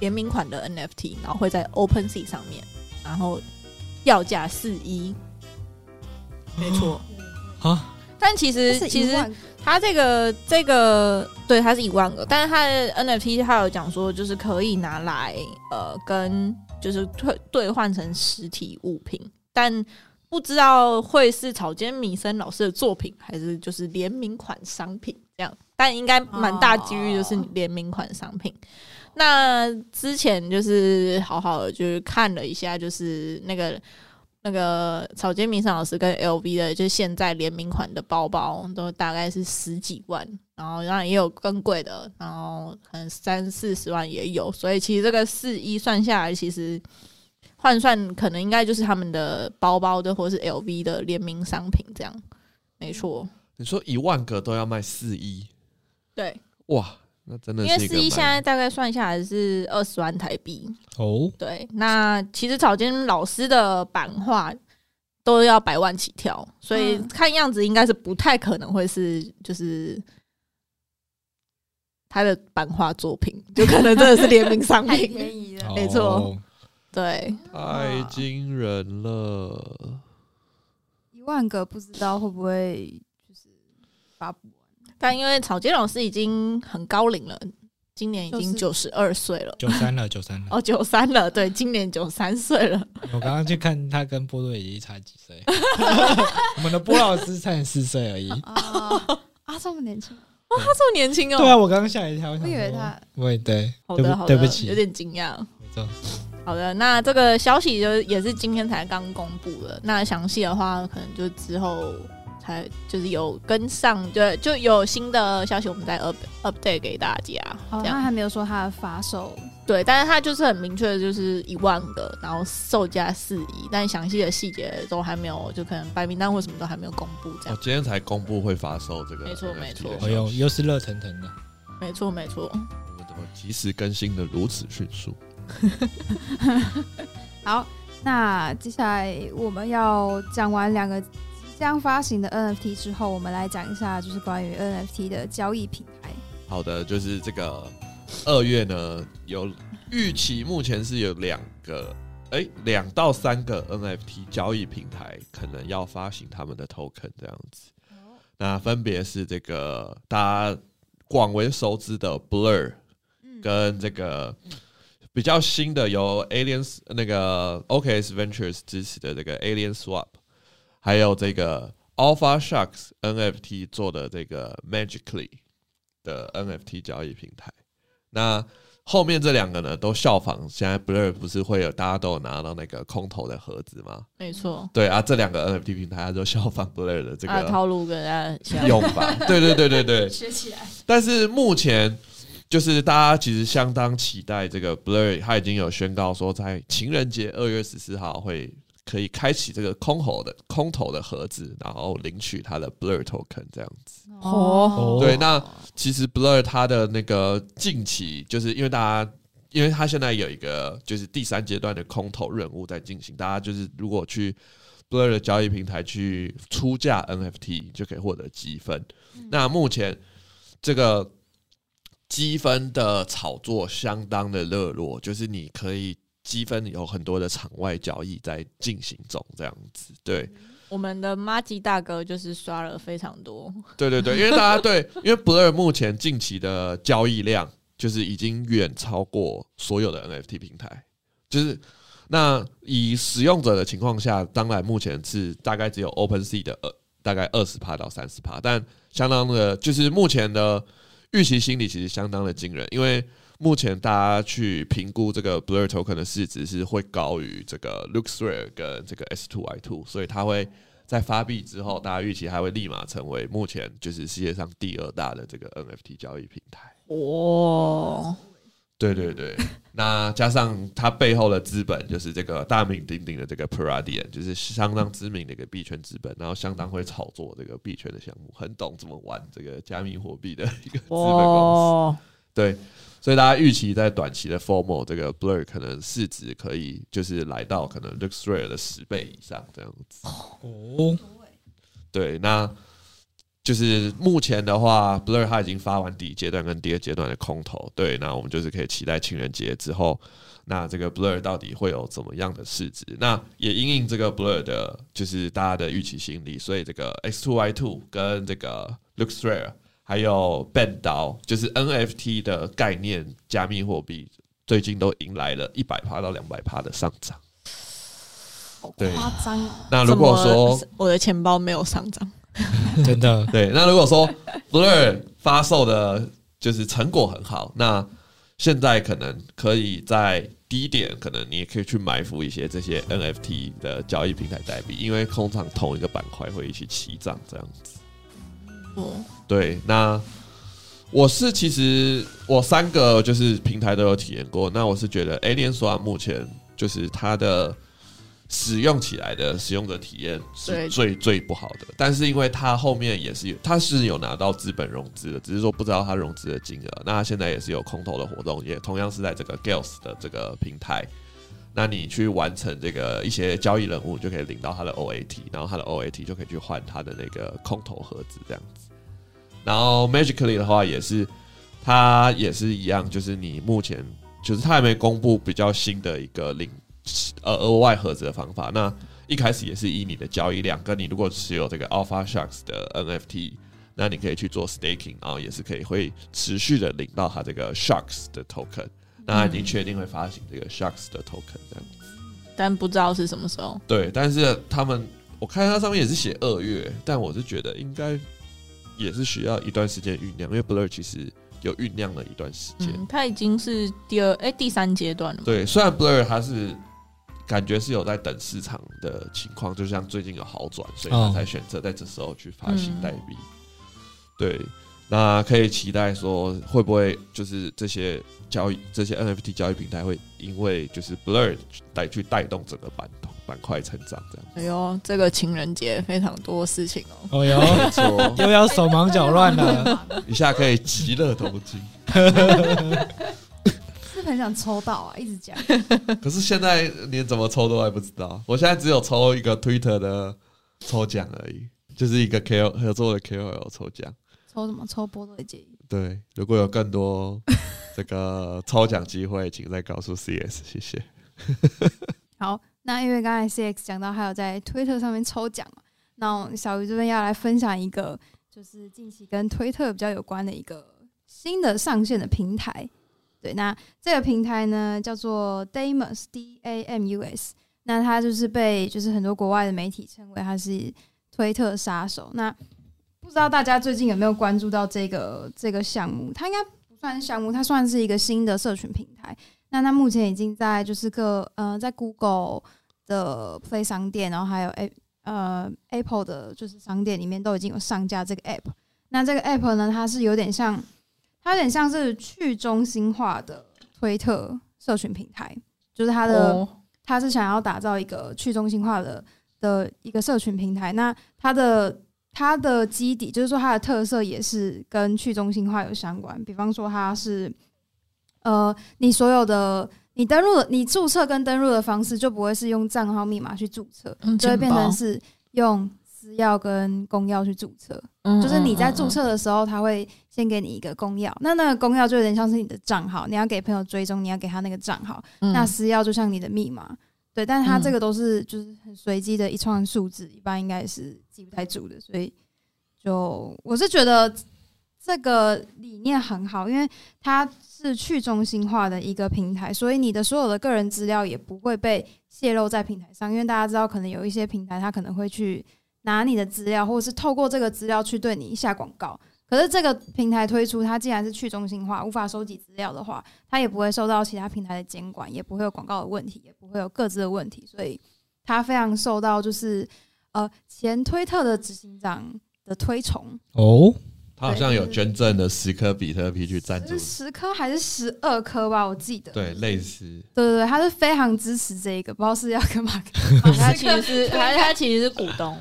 联名款的 NFT，然后会在 OpenSea 上面，然后要价四一，没错。
啊，
但其实
是
其
一
实
万
它这个这个对，它是一万个，但是它的 NFT 它有讲说，就是可以拿来呃跟就是兑兑换成实体物品，但不知道会是草间弥生老师的作品，还是就是联名款商品这样，但应该蛮大几率就是联名款商品。那之前就是好好的就是看了一下，就是那个那个草间弥生老师跟 LV 的，就是现在联名款的包包都大概是十几万，然后当然也有更贵的，然后可能三四十万也有，所以其实这个四一算下来，其实换算可能应该就是他们的包包的或是 LV 的联名商品这样，没错，
你说一万个都要卖四亿，
对，
哇，那真的
因
是
为
一个
四一
蛮
现在大概算下来是二十万台币，
哦，
对，那其实草间老师的版画都要百万起跳，所以
嗯
看样子应该是不太可能会是就是他的版画作品， 就可能真的是联名商
太
品。
便宜了，
哦
没错，对，
太惊人了。
一万个不知道会不会就是发布
但因为草间老师已经很高龄了，今年已经九十二岁了。
九三了，九三了。
哦，九三了，对，今年九三岁了，
我刚刚去看他跟波多野结衣差几岁，我们的波老师三十四岁而已。
啊啊这么年轻，
这么年轻哦！
对啊，我刚刚吓一跳，我
我
想
以为
说
他
喂，对，
好
对
的好
不
的
对不，
有
起，
点惊讶。
没错，
好的，那这个消息就是也是今天才刚公布的，那详细的话可能就之后才就是有跟上，就就有新的消息我们再 up update 给大家。
好，
这
哦他
样
还没有说他的发售，
对，但是它就是很明确的，就是一万个，然后售价四亿，但详细的细节都还没有，就可能白名单或什么都还没有公布这
哦
我
样。
哦今天才公布会发售这个 NFT
没错
的消息，
没错
哎呦，又是热腾腾的。
没错没错，
我们怎么及时更新的如此迅速？
好，那接下来我们要讲完两个即将发行的 NFT 之后，我们来讲一下就是关于 NFT 的交易平台。
好的，就是这个二月呢，有预期目前是有两个，哎、两到三个 NFT 交易平台可能要发行他们的 token 这样子。那分别是这个大家广为熟知的 Blur，跟这个比较新的由 Aliens 那个 OKS Ventures 支持的这个 Alien Swap，还有这个 Alpha Sharks NFT 做的这个 Magically 的 NFT 交易平台。那后面这两个呢，都效仿现在 Blur 不是会有大家都有拿到那个空投的盒子吗？
没错。
对啊，这两个 NFT 平台它就效仿 Blur 的这
啊，
个
套路跟大家讲
用法。对对对对对，
学起来，
但是目前就是大家其实相当期待这个 Blur，他已经有宣告说，在情人节二月十四号会可以开启这个空投的空投的盒子，然后领取他的 Blur token 这样子。
哦
对，那其实 Blur 它的那个近期，就是因为大家。因为它现在有一个就是第三阶段的空投任务在进行，大家就是如果去 Blur 的交易平台去出价 NFT 就可以获得积分。那目前这个积分的炒作相当的热络，就是你可以积分有很多的场外交易在进行中，这样子。对，
我们的马吉大哥就是刷了非常多，
对对对，因为大家对，因为 Blur 目前近期的交易量就是已经远超过所有的 NFT 平台，就是那以使用者的情况下，当然目前是大概只有 OpenSea 的呃大概二十趴到三十趴，但相当的，就是目前的预期心理其实相当的惊人，因为目前大家去评估这个 Blur token 的市值是会高于这个 Luxrare 跟这个 S2Y2，所以它会。在发币之后，大家预期还会立马成为目前就是世界上第二大的这个 NFT 交易平台。
哇、
哦
对对对，那加上它背后的资本就是这个大名鼎鼎的这个 Paradian，就是相当知名的一个币圈资本，然后相当会炒作这个币圈的项目，很懂怎么玩这个加密货币的一个资本公司。
哇，
对，所以大家预期在短期的 formal 这个 Blur 可能市值可以就是来到可能 Luxrare 的十倍以上这样子。
哦，
对，那就是目前的话，Blur 它已经发完第一阶段跟第二阶段的空投，对，那我们就是可以期待情人节之后，那这个 Blur 到底会有怎么样的市值？那也因应这个 Blur 的，就是大家的预期心理，所以这个 X Two Y Two 跟这个 Luxrare 还有 Ben 刀，就是 NFT 的概念加密货币，最近都迎来了一百趴到两百趴的上涨。对，
夸张哦，
那如果说
怎么我的钱包没有上涨，
真的
对，那如果说 Blur 发售的就是成果很好，那现在可能可以在低点，可能你也可以去埋伏一些这些 NFT 的交易平台代币，因为通常同一个板块会一起起涨这样子。
哦，
对，那我是其实我三个就是平台都有体验过，那我是觉得 Alien Swap 啊目前就是它的使用起来的使用者体验是
对
最最不好的，但是因为它后面也是有它是有拿到资本融资的，只是说不知道它融资的金额。那它现在也是有空投的活动，也同样是在这个 Gales 的这个平台。那你去完成这个一些交易任务，就可以领到它的 OAT，然后它的 OAT 就可以去换它的那个空投盒子这样子。然后 Magically 的话也是，它也是一样，就是你目前就是它还没公布比较新的一个领呃额外盒子的方法。那一开始也是以你的交易量，跟你如果持有这个 Alpha Sharks 的 NFT，那你可以去做 staking，然后也是可以会持续的领到它这个 Sharks 的 token。那它已经确定会发行这个 Sharks 的 token 这样。
但不知道是什么时候。
对，但是他们我看它上面也是写二月，但我是觉得应该也是需要一段时间酝酿，因为 Blur 其实有酝酿了一段时间。
嗯，他已经是第二哎、第三阶段了嘛。
对，虽然 Blur 它是感觉是有在等市场的情况，就像最近有好转，所以他
哦嗯
才选择在这时候去发行代币。对，那可以期待说会不会就是这些交易这些 NFT 交易平台会因为就是 Blur 带去带动整个板板块成长这样。
哎呦，这个情人节非常多事情哦。
哦 哟，
没错，
又要手忙脚乱
哎
了。
一下可以极乐头 巾。
是很想抽到啊，一直讲。
可是现在连怎么抽都还不知道，我现在只有抽一个 Twitter 的抽奖而已，就是一个 KOL 合作的 KOL 抽奖。
抽什么？抽波多野结衣。
对，如果有 更多这个抽奖机会，请再告诉 CS，谢谢。
好，那因为刚才 CX 讲到还有在推特上面抽奖嘛，那我小鱼这边要来分享一个，就是近期跟推特比较有关的一个新的上线的平台。对，那这个平台呢叫做 Damus D A M U S，那它就是被就是很多国外的媒体称为它是推特杀手。那不知道大家最近有没有关注到这个这个项目？它应该不算是项目，它算是一个新的社群平台。那它目前已经在就是各呃在 Google 的 Play 商店，然后还有 A 呃 Apple 的就是商店里面都已经有上架这个 App。那这个 App 呢，它是有点像，它有点像是去中心化的推特社群平台，就是它的、
哦
他是想要打造一个去中心化的的一个社群平台。那它的它的基底，就是说它的特色也是跟去中心化有相关。比方说，它是呃，你所有的你登录、你注册跟登录的方式，就不会是用账号密码去注册，
嗯
就会
钱
变成
包
是用私私钥跟公钥去注册，
嗯
嗯就是你在注册的时候，他会先给你一个公钥，那那个公钥就有点像是你的账号，你要给朋友追踪，你要给他那个账号，
嗯，
那私钥就像你的密码，对，但是它
嗯
这个都是就是很随机的一串数字，一般应该是记不太住的，所以就我是觉得这个理念很好，因为它是去中心化的一个平台，所以你的所有的个人资料也不会被泄露在平台上，因为大家知道可能有一些平台它可能会去拿你的资料，或者是透过这个资料去对你下广告。可是这个平台推出，它既然是去中心化，无法收集资料的话，它也不会受到其他平台的监管，也不会有广告的问题，也不会有各自的问题，所以它非常受到就是呃前推特的执行长的推崇，
哦，
他好像有捐赠了十颗比特币去赞助
是，十颗还是十二颗吧？我记得，
对，类似
对对对，他是非常支持这一个，不知道是要 跟马克。
他其实 是他他其实是股东，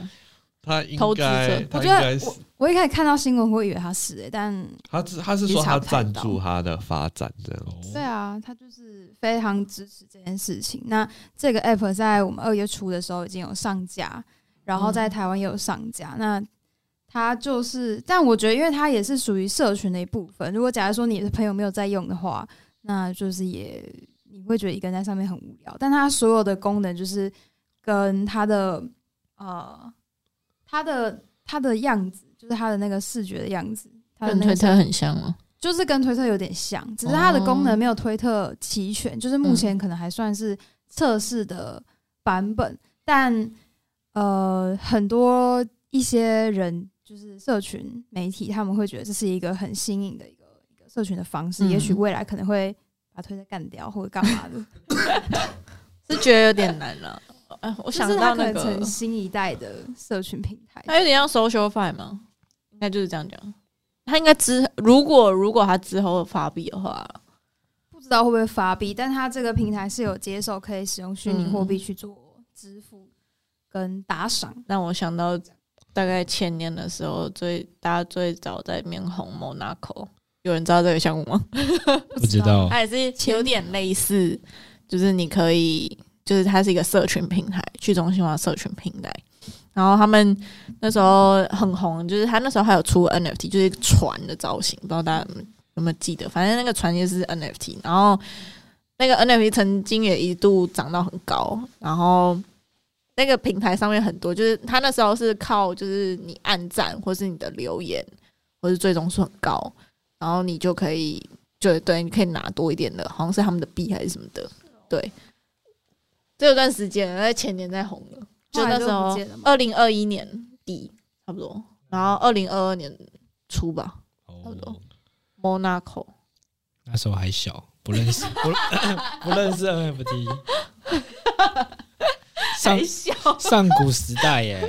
他应
投资
该
者，
他
我
应
觉得
该是
我我一开始看到新闻会以为他是、欸，但
他是他是说他赞助他的发展这样。
对啊，他就是非常支持这件事情。那这个 app 在我们二月初的时候已经有上架，然后在台湾也有上架。那它就是，但我觉得，因为它也是属于社群的一部分。如果假如说你的朋友没有在用的话，那就是也你会觉得一个人在上面很无聊。但它所有的功能就是跟它的呃，它的它的样子，就是它的那个视觉的样子，它的
跟
那个
推特很像哦吗？
就是跟推特有点像，只是它的功
哦
能没有推特齐全，就是
嗯
目前可能还算是测试的版本，但呃，很多一些人就是社群媒体，他们会觉得这是一个很新颖的一个一个社群的方式，
嗯
也许未来可能会把推特干掉或者干嘛 的，
是觉得有点难了。哎，我想
就是它
到
可
那
能
个
成，新一代的社群平台。
它有点像 social fi 嘛，应该就是这样讲。他应该之如果如果他之后发币的话，
不知道会不会发币，但它这个平台是有接受可以使用虚拟货币去做支付跟打赏。
让我想到大概前年的时候，最大家最早在面红 Monaco，有人知道这个项目吗？
哦不知道
它也是有点类似，就是你可以，就是它是一个社群平台，去中心化社群平台。然后他们那时候很红，就是他那时候还有出 NFT，就是船的造型，不知道大家有没有有没有记得？反正那个船也是 NFT，然后那个 NFT 曾经也一度涨到很高，然后那个平台上面很多，就是他那时候是靠就是你按赞或是你的留言或是追踪数很高，然后你就可以就对，你可以拿多一点的，好像是他们的币还是什么的，对。这段时间在前年在红了，就那时
后来
候
不见了嘛
二零二一年底差不多，然后二零二二年初吧
哦，
，Monaco
那时候还小，不认识，不不 认识 NFT，上
小，
上古时代耶，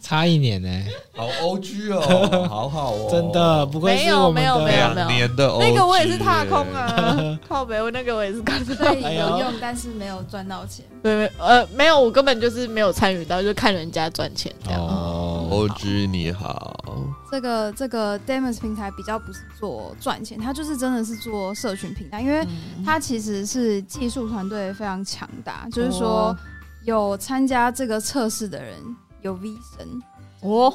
差一年呢，
好 O G 哦，好好哦，
真的不愧
没
是
有
我们
没有没有
的
两年的 O，
那个我也是踏空，啊， 靠北，我那个我也是看到，
所以
哎
有
呦
用，但是没有赚到钱。
对没呃没有，我根本就是没有参与到，就看人家赚钱这样。
哦，
O G 你好，
这个这个 Demos 平台比较不是做赚钱，它就是真的是做社群平台，因为
嗯
它其实是技术团队非常强大，就是说
哦
有参加这个测试的人有 V 神，
哦，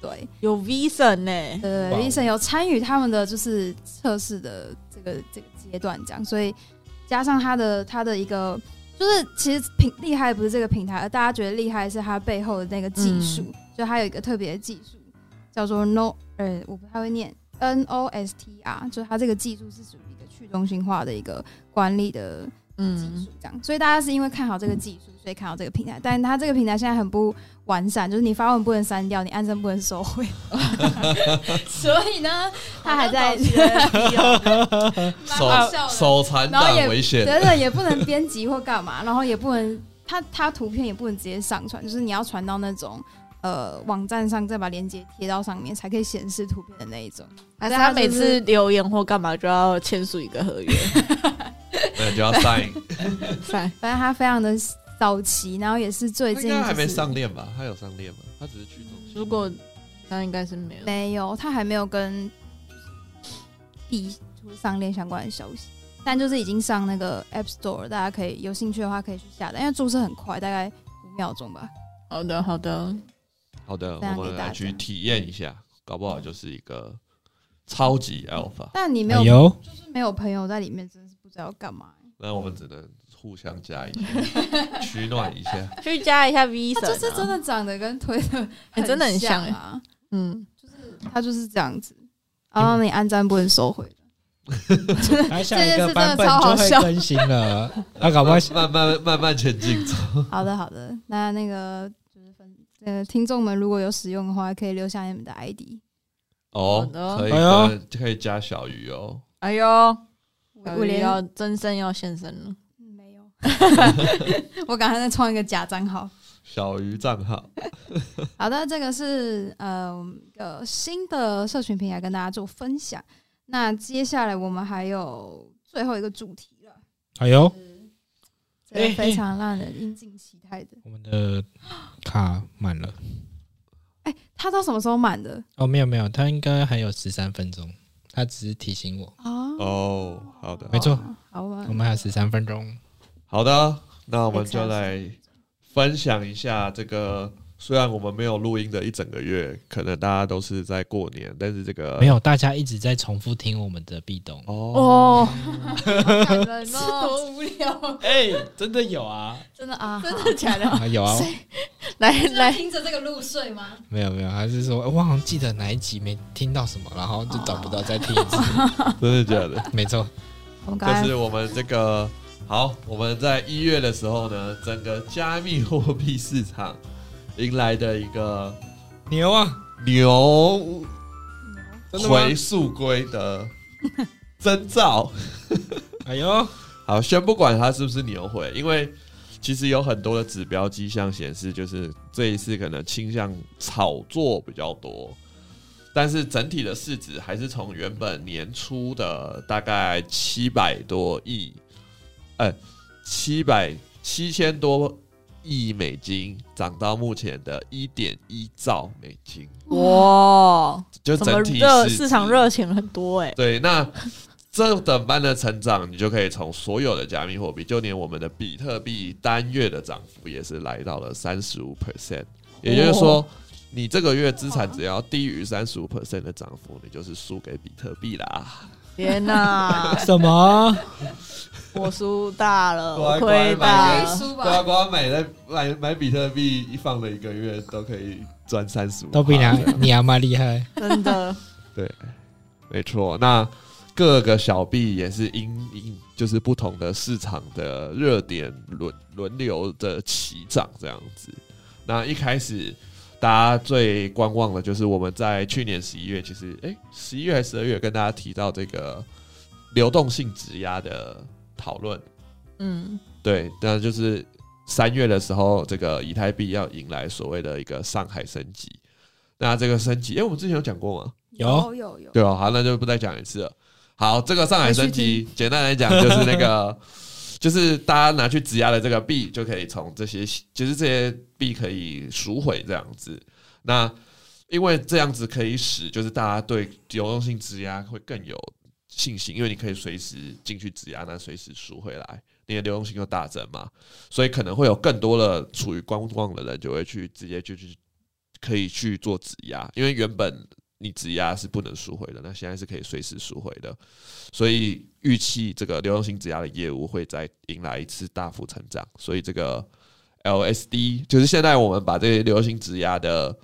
对
有 Vision 呢、
对
哇哦
对，V 神有参与他们的就是测试的这个这个阶段这样，所以加上它的它的一个。就是其实平厉害不是这个平台，而大家觉得厉害是它背后的那个技术，
嗯
就它有一个特别的技术叫做 No，呃，我不太会念 N O S T R，就是它这个技术是属于一个去中心化的一个管理的技
嗯
术，这样。所以大家是因为看好这个技术，所以看好这个平台，但它这个平台现在很不完善，就是你发文不能删掉，你按赞不能收回， 所以呢，它还在。
哦
手手残
然后也
党危险，
真的也不能编辑或干嘛，然后也不能，它它图片也不能直接上传，就是你要传到那种呃网站上，再把链接贴到上面才可以显示图片的那一种。
还啊是他每次留言或干嘛就要签署一个合 约，
那就要 sign。
算
反正它非常的早期，然后也是 最
他应
近、
该还没，上链吧？他有上链吗？他只是去中心。
如果那应该是没有。
没有，它还没有跟币就是上链相关的消息，但就是已经上那个 App Store，大家可以有兴趣的话可以去下载，因为注册很快，大概五秒钟吧。
好的，好的，
好的，
分享
我们
给大
来
家
去体验一下，搞不好就是一个超级 alpha。
但你没
哎
有，
呦，
就是没有朋友在里面，真是不知道要干嘛。
那我们只能互相加一下，取暖一下。
去加一下 V
他
神、啊
就是真，的长得跟推特
哎真的很
像
像
啊，
嗯，
他就是这样子，然后你按赞不能收回。
来下一
这件
个
事
版
真的
本
超
就
好
会
笑
更新了，啊，搞不好
慢慢慢慢前进，
好的，好的。那那个就是分呃，听众们如果有使用的话，可以留下你们的 ID。
哦
好，的
可以
哎呦
可以可以加小鱼哦。
哎呦，
我
我
连
要真身要现身了，
嗯没 有，我赶快再创一个假账号。
小鱼账号，
好的，这个是呃我们一个新的社群平台跟大家做分享。那接下来我们还有最后一个主题了，
哎呦，
这个非常让人引颈期待的。
我们的卡满了。
哎、它到什么时候满的
哦，没有没有，他应该还有十三分钟，他只是提醒我，
啊？
哦好的
哎
没错，
好吧
我。们还有十三分钟。
好的，那我们就来分享一下这个。虽然我们没有录音的一整个月，可能大家都是在过年，但是这个
没有，大家一直在重复听我们的壁咚。
哦，
哦，
好感人哦，
多无聊，
哎、真的有啊
真的啊，
真的假的？
啊有啊，
来
来
来，
听着这个入睡吗？
没有没有，还是说我好像记得哪一集没听到什么，然后就找不到再听一次。
真的假 的？
没错，
我们刚才
这是我们这个好，我们在一月的时候呢，整个加密货币市场迎来的一个
牛啊，
牛
真的吗？
回溯归的征兆。
哎呦，
好，先不管它是不是牛回，因为其实有很多的指标迹象显示，就是这一次可能倾向炒作比较多，但是整体的市值还是从原本年初的大概七百多亿，呃，七百七千多亿美金，涨到目前的一点一兆美金，
哇，
就
怎么
整体
热
值
市场热情很多哎、
对，那这等般的成长，你就可以从所有的加密货币，就连我们的比特币单月的涨幅也是来到了三十五 percent，也就是
哦
说，你这个月资产只要低于三十五 percent 的涨幅，你就是输给比特币啦。
天 哪，
什么？
我输大了，我
乖
亏
乖
大
买个
可以
了，
输吧？
呱呱啊买在买买比特币一放了一个月，都可以赚三十五，
都比你阿你阿妈厉害。
真的，
没错，那各个小币也是因因就是不同的市场的热点轮轮流的起涨这样子。那一开始大家最观望的就是我们在去年十一月，其实诶十一月还是十二月跟大家提到这个流动性质押的讨论，
嗯，
对，那就是三月的时候，这个以太币要迎来所谓的一个上海升级。那这个升级，诶，我们之前有讲过吗？
有
有有，
对哦，好，那就不再讲一次了。好，这个上海升级，简单来讲就是那个， 就是大家拿去质押的这个币，就可以从这些，就是这些币可以赎回这样子。那因为这样子可以使，就是大家对流动性质押会更有信心，因为你可以随时进去质押，那随时赎回来，你的流动性就大增嘛。所以可能会有更多的处于观望的人，就会去直接就去可以去做质押，因为原本你质押是不能赎回的，那现在是可以随时赎回的，所以预期这个流动性质押的业务会再迎来一次大幅成长，所以这个 LSD 就是现在我们把这些流动性质押的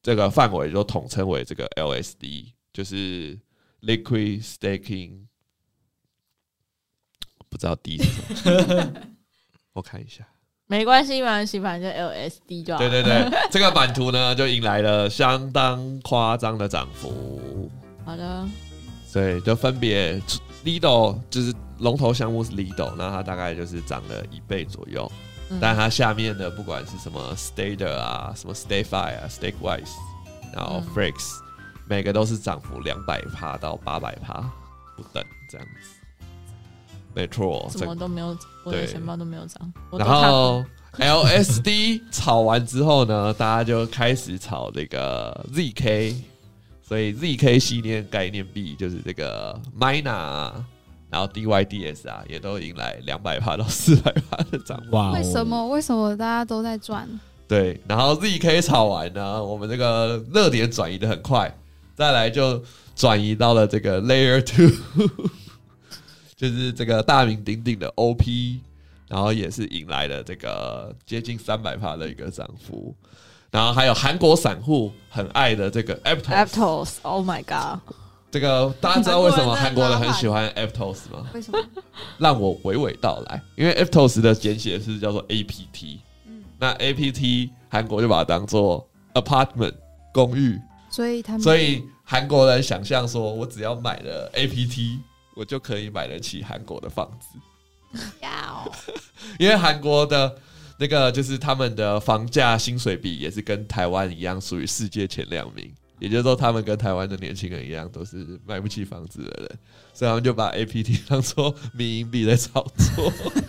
这个范围都统称为这个 LSD，就是 Liquid Staking，不知道 D 是什么，我看一下。
没关系，没关系，反正就 LSD 就好
对
了。
对对，这个版图呢就迎来了相当夸张的涨幅，
好的，
所以就分别 Lido 就是龙头项目是 Lido，那它大概就是涨了一倍左右，
嗯
但它下面的不管是什么 Stader 啊、什么 Stayfi 啊、Stakewise，然后
嗯
Frex，、每个都是涨幅两百趴到八百趴不等这样子，没错，
什么都没有，我的
哦对
钱包都没有涨，我都
然
看不
后 LSD 炒完之后呢，大家就开始炒这个 ZK，所以 ZK 系列概念币就是这个 Mina，啊然后 DYDS 啊，也都迎来两百帕到四百帕的涨幅。
哇、哦，
为什？么为什么大家都在赚？
对，然后 ZK 炒完呢，我们这个热点转移的很快，再来就转移到了这个 Layer Two，就是这个大名鼎鼎的 OP，然后也是迎来了这个接近三百帕的一个涨幅，然后还有韩国散户很爱的这个 Aptos，
Aptos，Oh my god！
这个大家知道为什么韩
韩
国
国人
人
的
很喜欢 Aptos 吗？
为什么？
让我娓娓道来，因为 Aptos 的简写是叫做 APT，
嗯，
那 APT 韩国就把它当做 apartment 公寓，
所以他们
所以韩国人想象说，我只要买了 APT，我就可以买得起韩国的房子，
要
因为韩国的那个就是他们的房价薪水比也是跟台湾一样，属于世界前两名。也就是说，他们跟台湾的年轻人一样，都是买不起房子的人，所以他们就把 APT 当做民营币在炒作。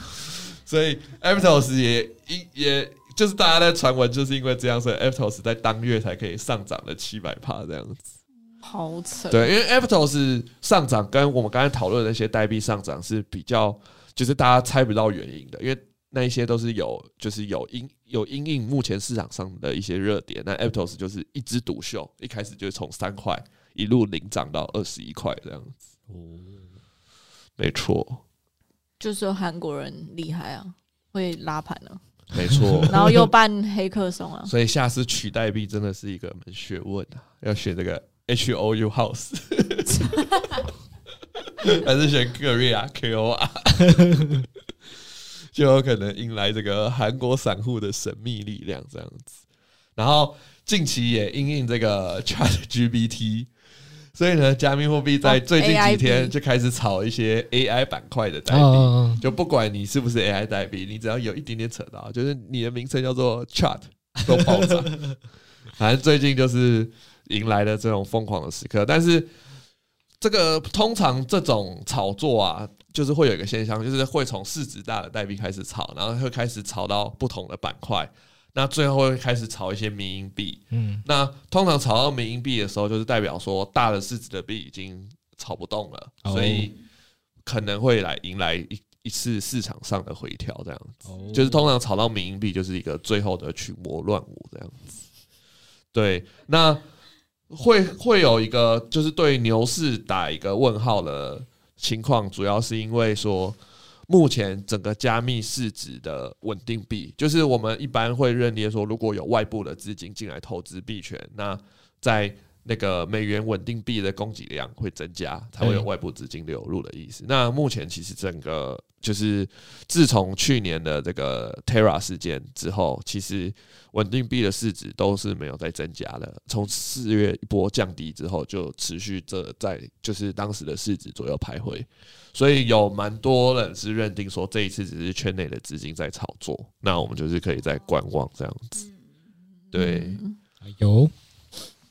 所以 Aptos 也因也就是大家在传闻，就是因为这样，所以 Aptos 在当月才可以上涨了七百帕这样子。
好 扯。
对，因为 Aptos 上涨跟我们刚才讨论的那些代币上涨是比较，就是大家猜不到原因的，因为那一些都是有就是有因有因应目前市场上的一些热点，那 Aptos 就是一枝独秀，一开始就从三块一路领涨到二十一块这样子。没错，
就是有韩国人厉害啊，会拉盘 啊，。
没错
然后又办黑客松啊，
所以下次取代币真的是一个门学问啊，要学这个 H O U House，还是选 Korea K O R，就有可能迎来这个韩国散户的神秘力量这样子。然后近期也因应这个 Chat GPT，所以呢，加密货币在
哦
最近几
AIB
天就开始炒一些 AI 板块的代币。
哦，
就不管你是不是 AI 代币，你只要有一点点扯到，就是你的名称叫做 Chat 都爆炸。 反正最近就是迎来了这种疯狂的时刻，但是这个通常这种炒作啊，就是会有一个现象，就是会从市值大的代币开始炒，然后会开始炒到不同的板块，那最后会开始炒一些民营币，
嗯，
那通常炒到民营币的时候，就是代表说大的市值的币已经炒不动了，
哦
所以可能会来迎来一一次市场上的回调，这样
哦
就是通常炒到民营币就是一个最后的群魔乱舞这样子。对，那会会有一个就是对牛市打一个问号的情况，主要是因为说。目前整个加密市值的稳定币，就是我们一般会认定说，如果有外部的资金进来投资币权，那在那个美元稳定币的供给量会增加，才会有
嗯
外部资金流入的意思。那目前其实整个就是自从去年的这个 Terra 事件之后，其实稳定币的市值都是没有再增加的。从四月一波降低之后，就持续这在就是当时的市值左右徘徊。所以有蛮多人是认定说这一次只是圈内的资金在炒作，那我们就是可以再观望这样子。对、
嗯
有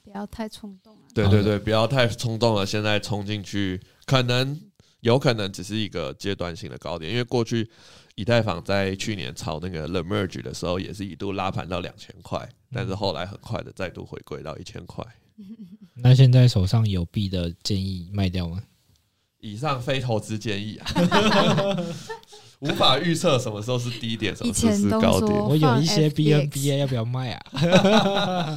不要太冲动啊！
对
好
对
的
对，不要太冲动了，现在冲进去可能有可能只是一个阶段性的高点，因为过去以太坊在去年炒那个 The Merge 的时候，也是一度拉盘到两千块，但是后来很快的再度回归到一千块。
那现在手上有币的建议卖掉吗？
以上非投资建议啊， 无法预测什么时候是低点，什
以
么时候
前
是
都
高 点。
说
我有
放
一些
FTX
BNB 要不要卖啊？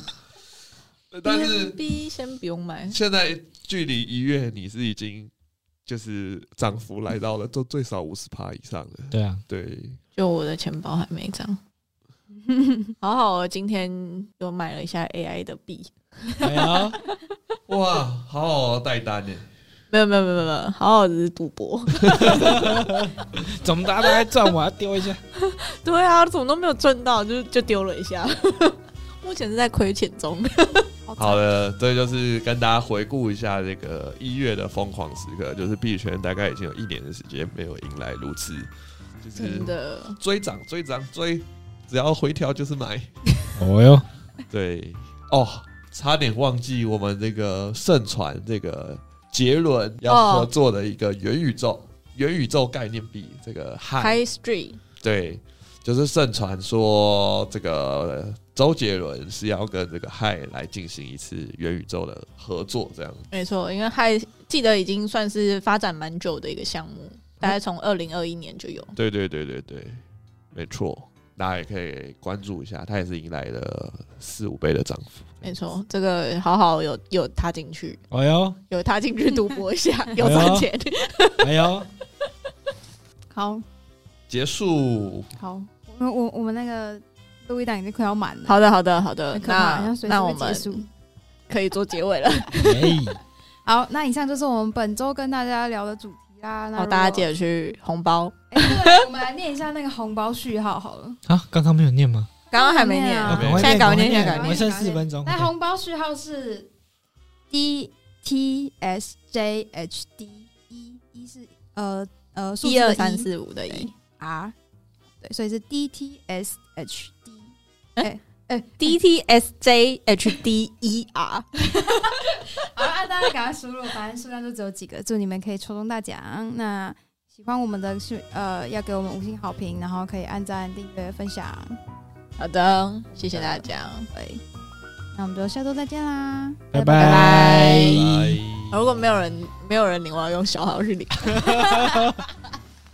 但是
B 先不用买，
现在距离一月，你是已经就是涨幅来到了都最少五十趴以上的。
对啊，
对，
就我的钱包还没 涨。好好哦，今天又买了一下 AI 的币，
哎呀，
哇，好好好带单呢。
没有没有没有没有没有，好好只是赌 博。
怎么大家都在赚，我要丢一下。
对啊，怎么都没有赚到，就就丢了一下。 目前是在亏钱中，
好的，这就是跟大家回顾一下这个一月的疯狂时刻，就是币圈大概已经有一年的时间没有迎来如此，就是
真的。
追涨追涨追，只要回调就是买。
哦哟，
对，哦，差点忘记我们这个盛传这个杰伦
哦
要合作的一个元宇宙、元宇宙概念币，这个嗨，
High Street
对，就是盛传说这个周杰伦是要跟这个嗨来进行一次元宇宙的合作，这样
没错，因为 High 记得已经算是发展蛮嗯久的一个项目，大概从二零二一年就有。
对对对对对，没错。大家也可以关注一下，它也是迎来了四五倍的涨幅。
没错，这个好好有有踏进去，
哎呦，
有踏进去赌博一 下，有赚钱。
哎 呦，
好
结束，
好，我们嗯我我们那个录一档已经快要满了，
好的，好的，好的
很，可怕，好
那
像随时
那我
会结
们
束。
可以做结尾了，
哎，
好，那以上就是我们本周跟大家聊的主题 啦。那
好，
如果
大家记。得去红包。
哎对我们来念一下那个红包序号好了。
啊，刚刚没有念吗？
刚刚还没
念
念，
啊
啊赶快
现在搞
赶快
念，现在
赶快
搞
我
念
们。剩四分钟，
那红包序号是 D T S J H D 一，一是呃呃数字
一
的
二三四五的一
对 R，对，所以是 D T S H D。哎
，D T S J H D E R。
好了，大家赶快输入，反正数量就只有几个，祝你们可以抽中大奖。那喜欢我们的是呃，要给我们五星好评，然后可以按赞、订阅、分享。
好的，谢谢大家。
对，那我们就下周再见啦，
拜
拜拜
拜
拜。
如果没有人没有人领，我要用小号去领。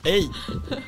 哎。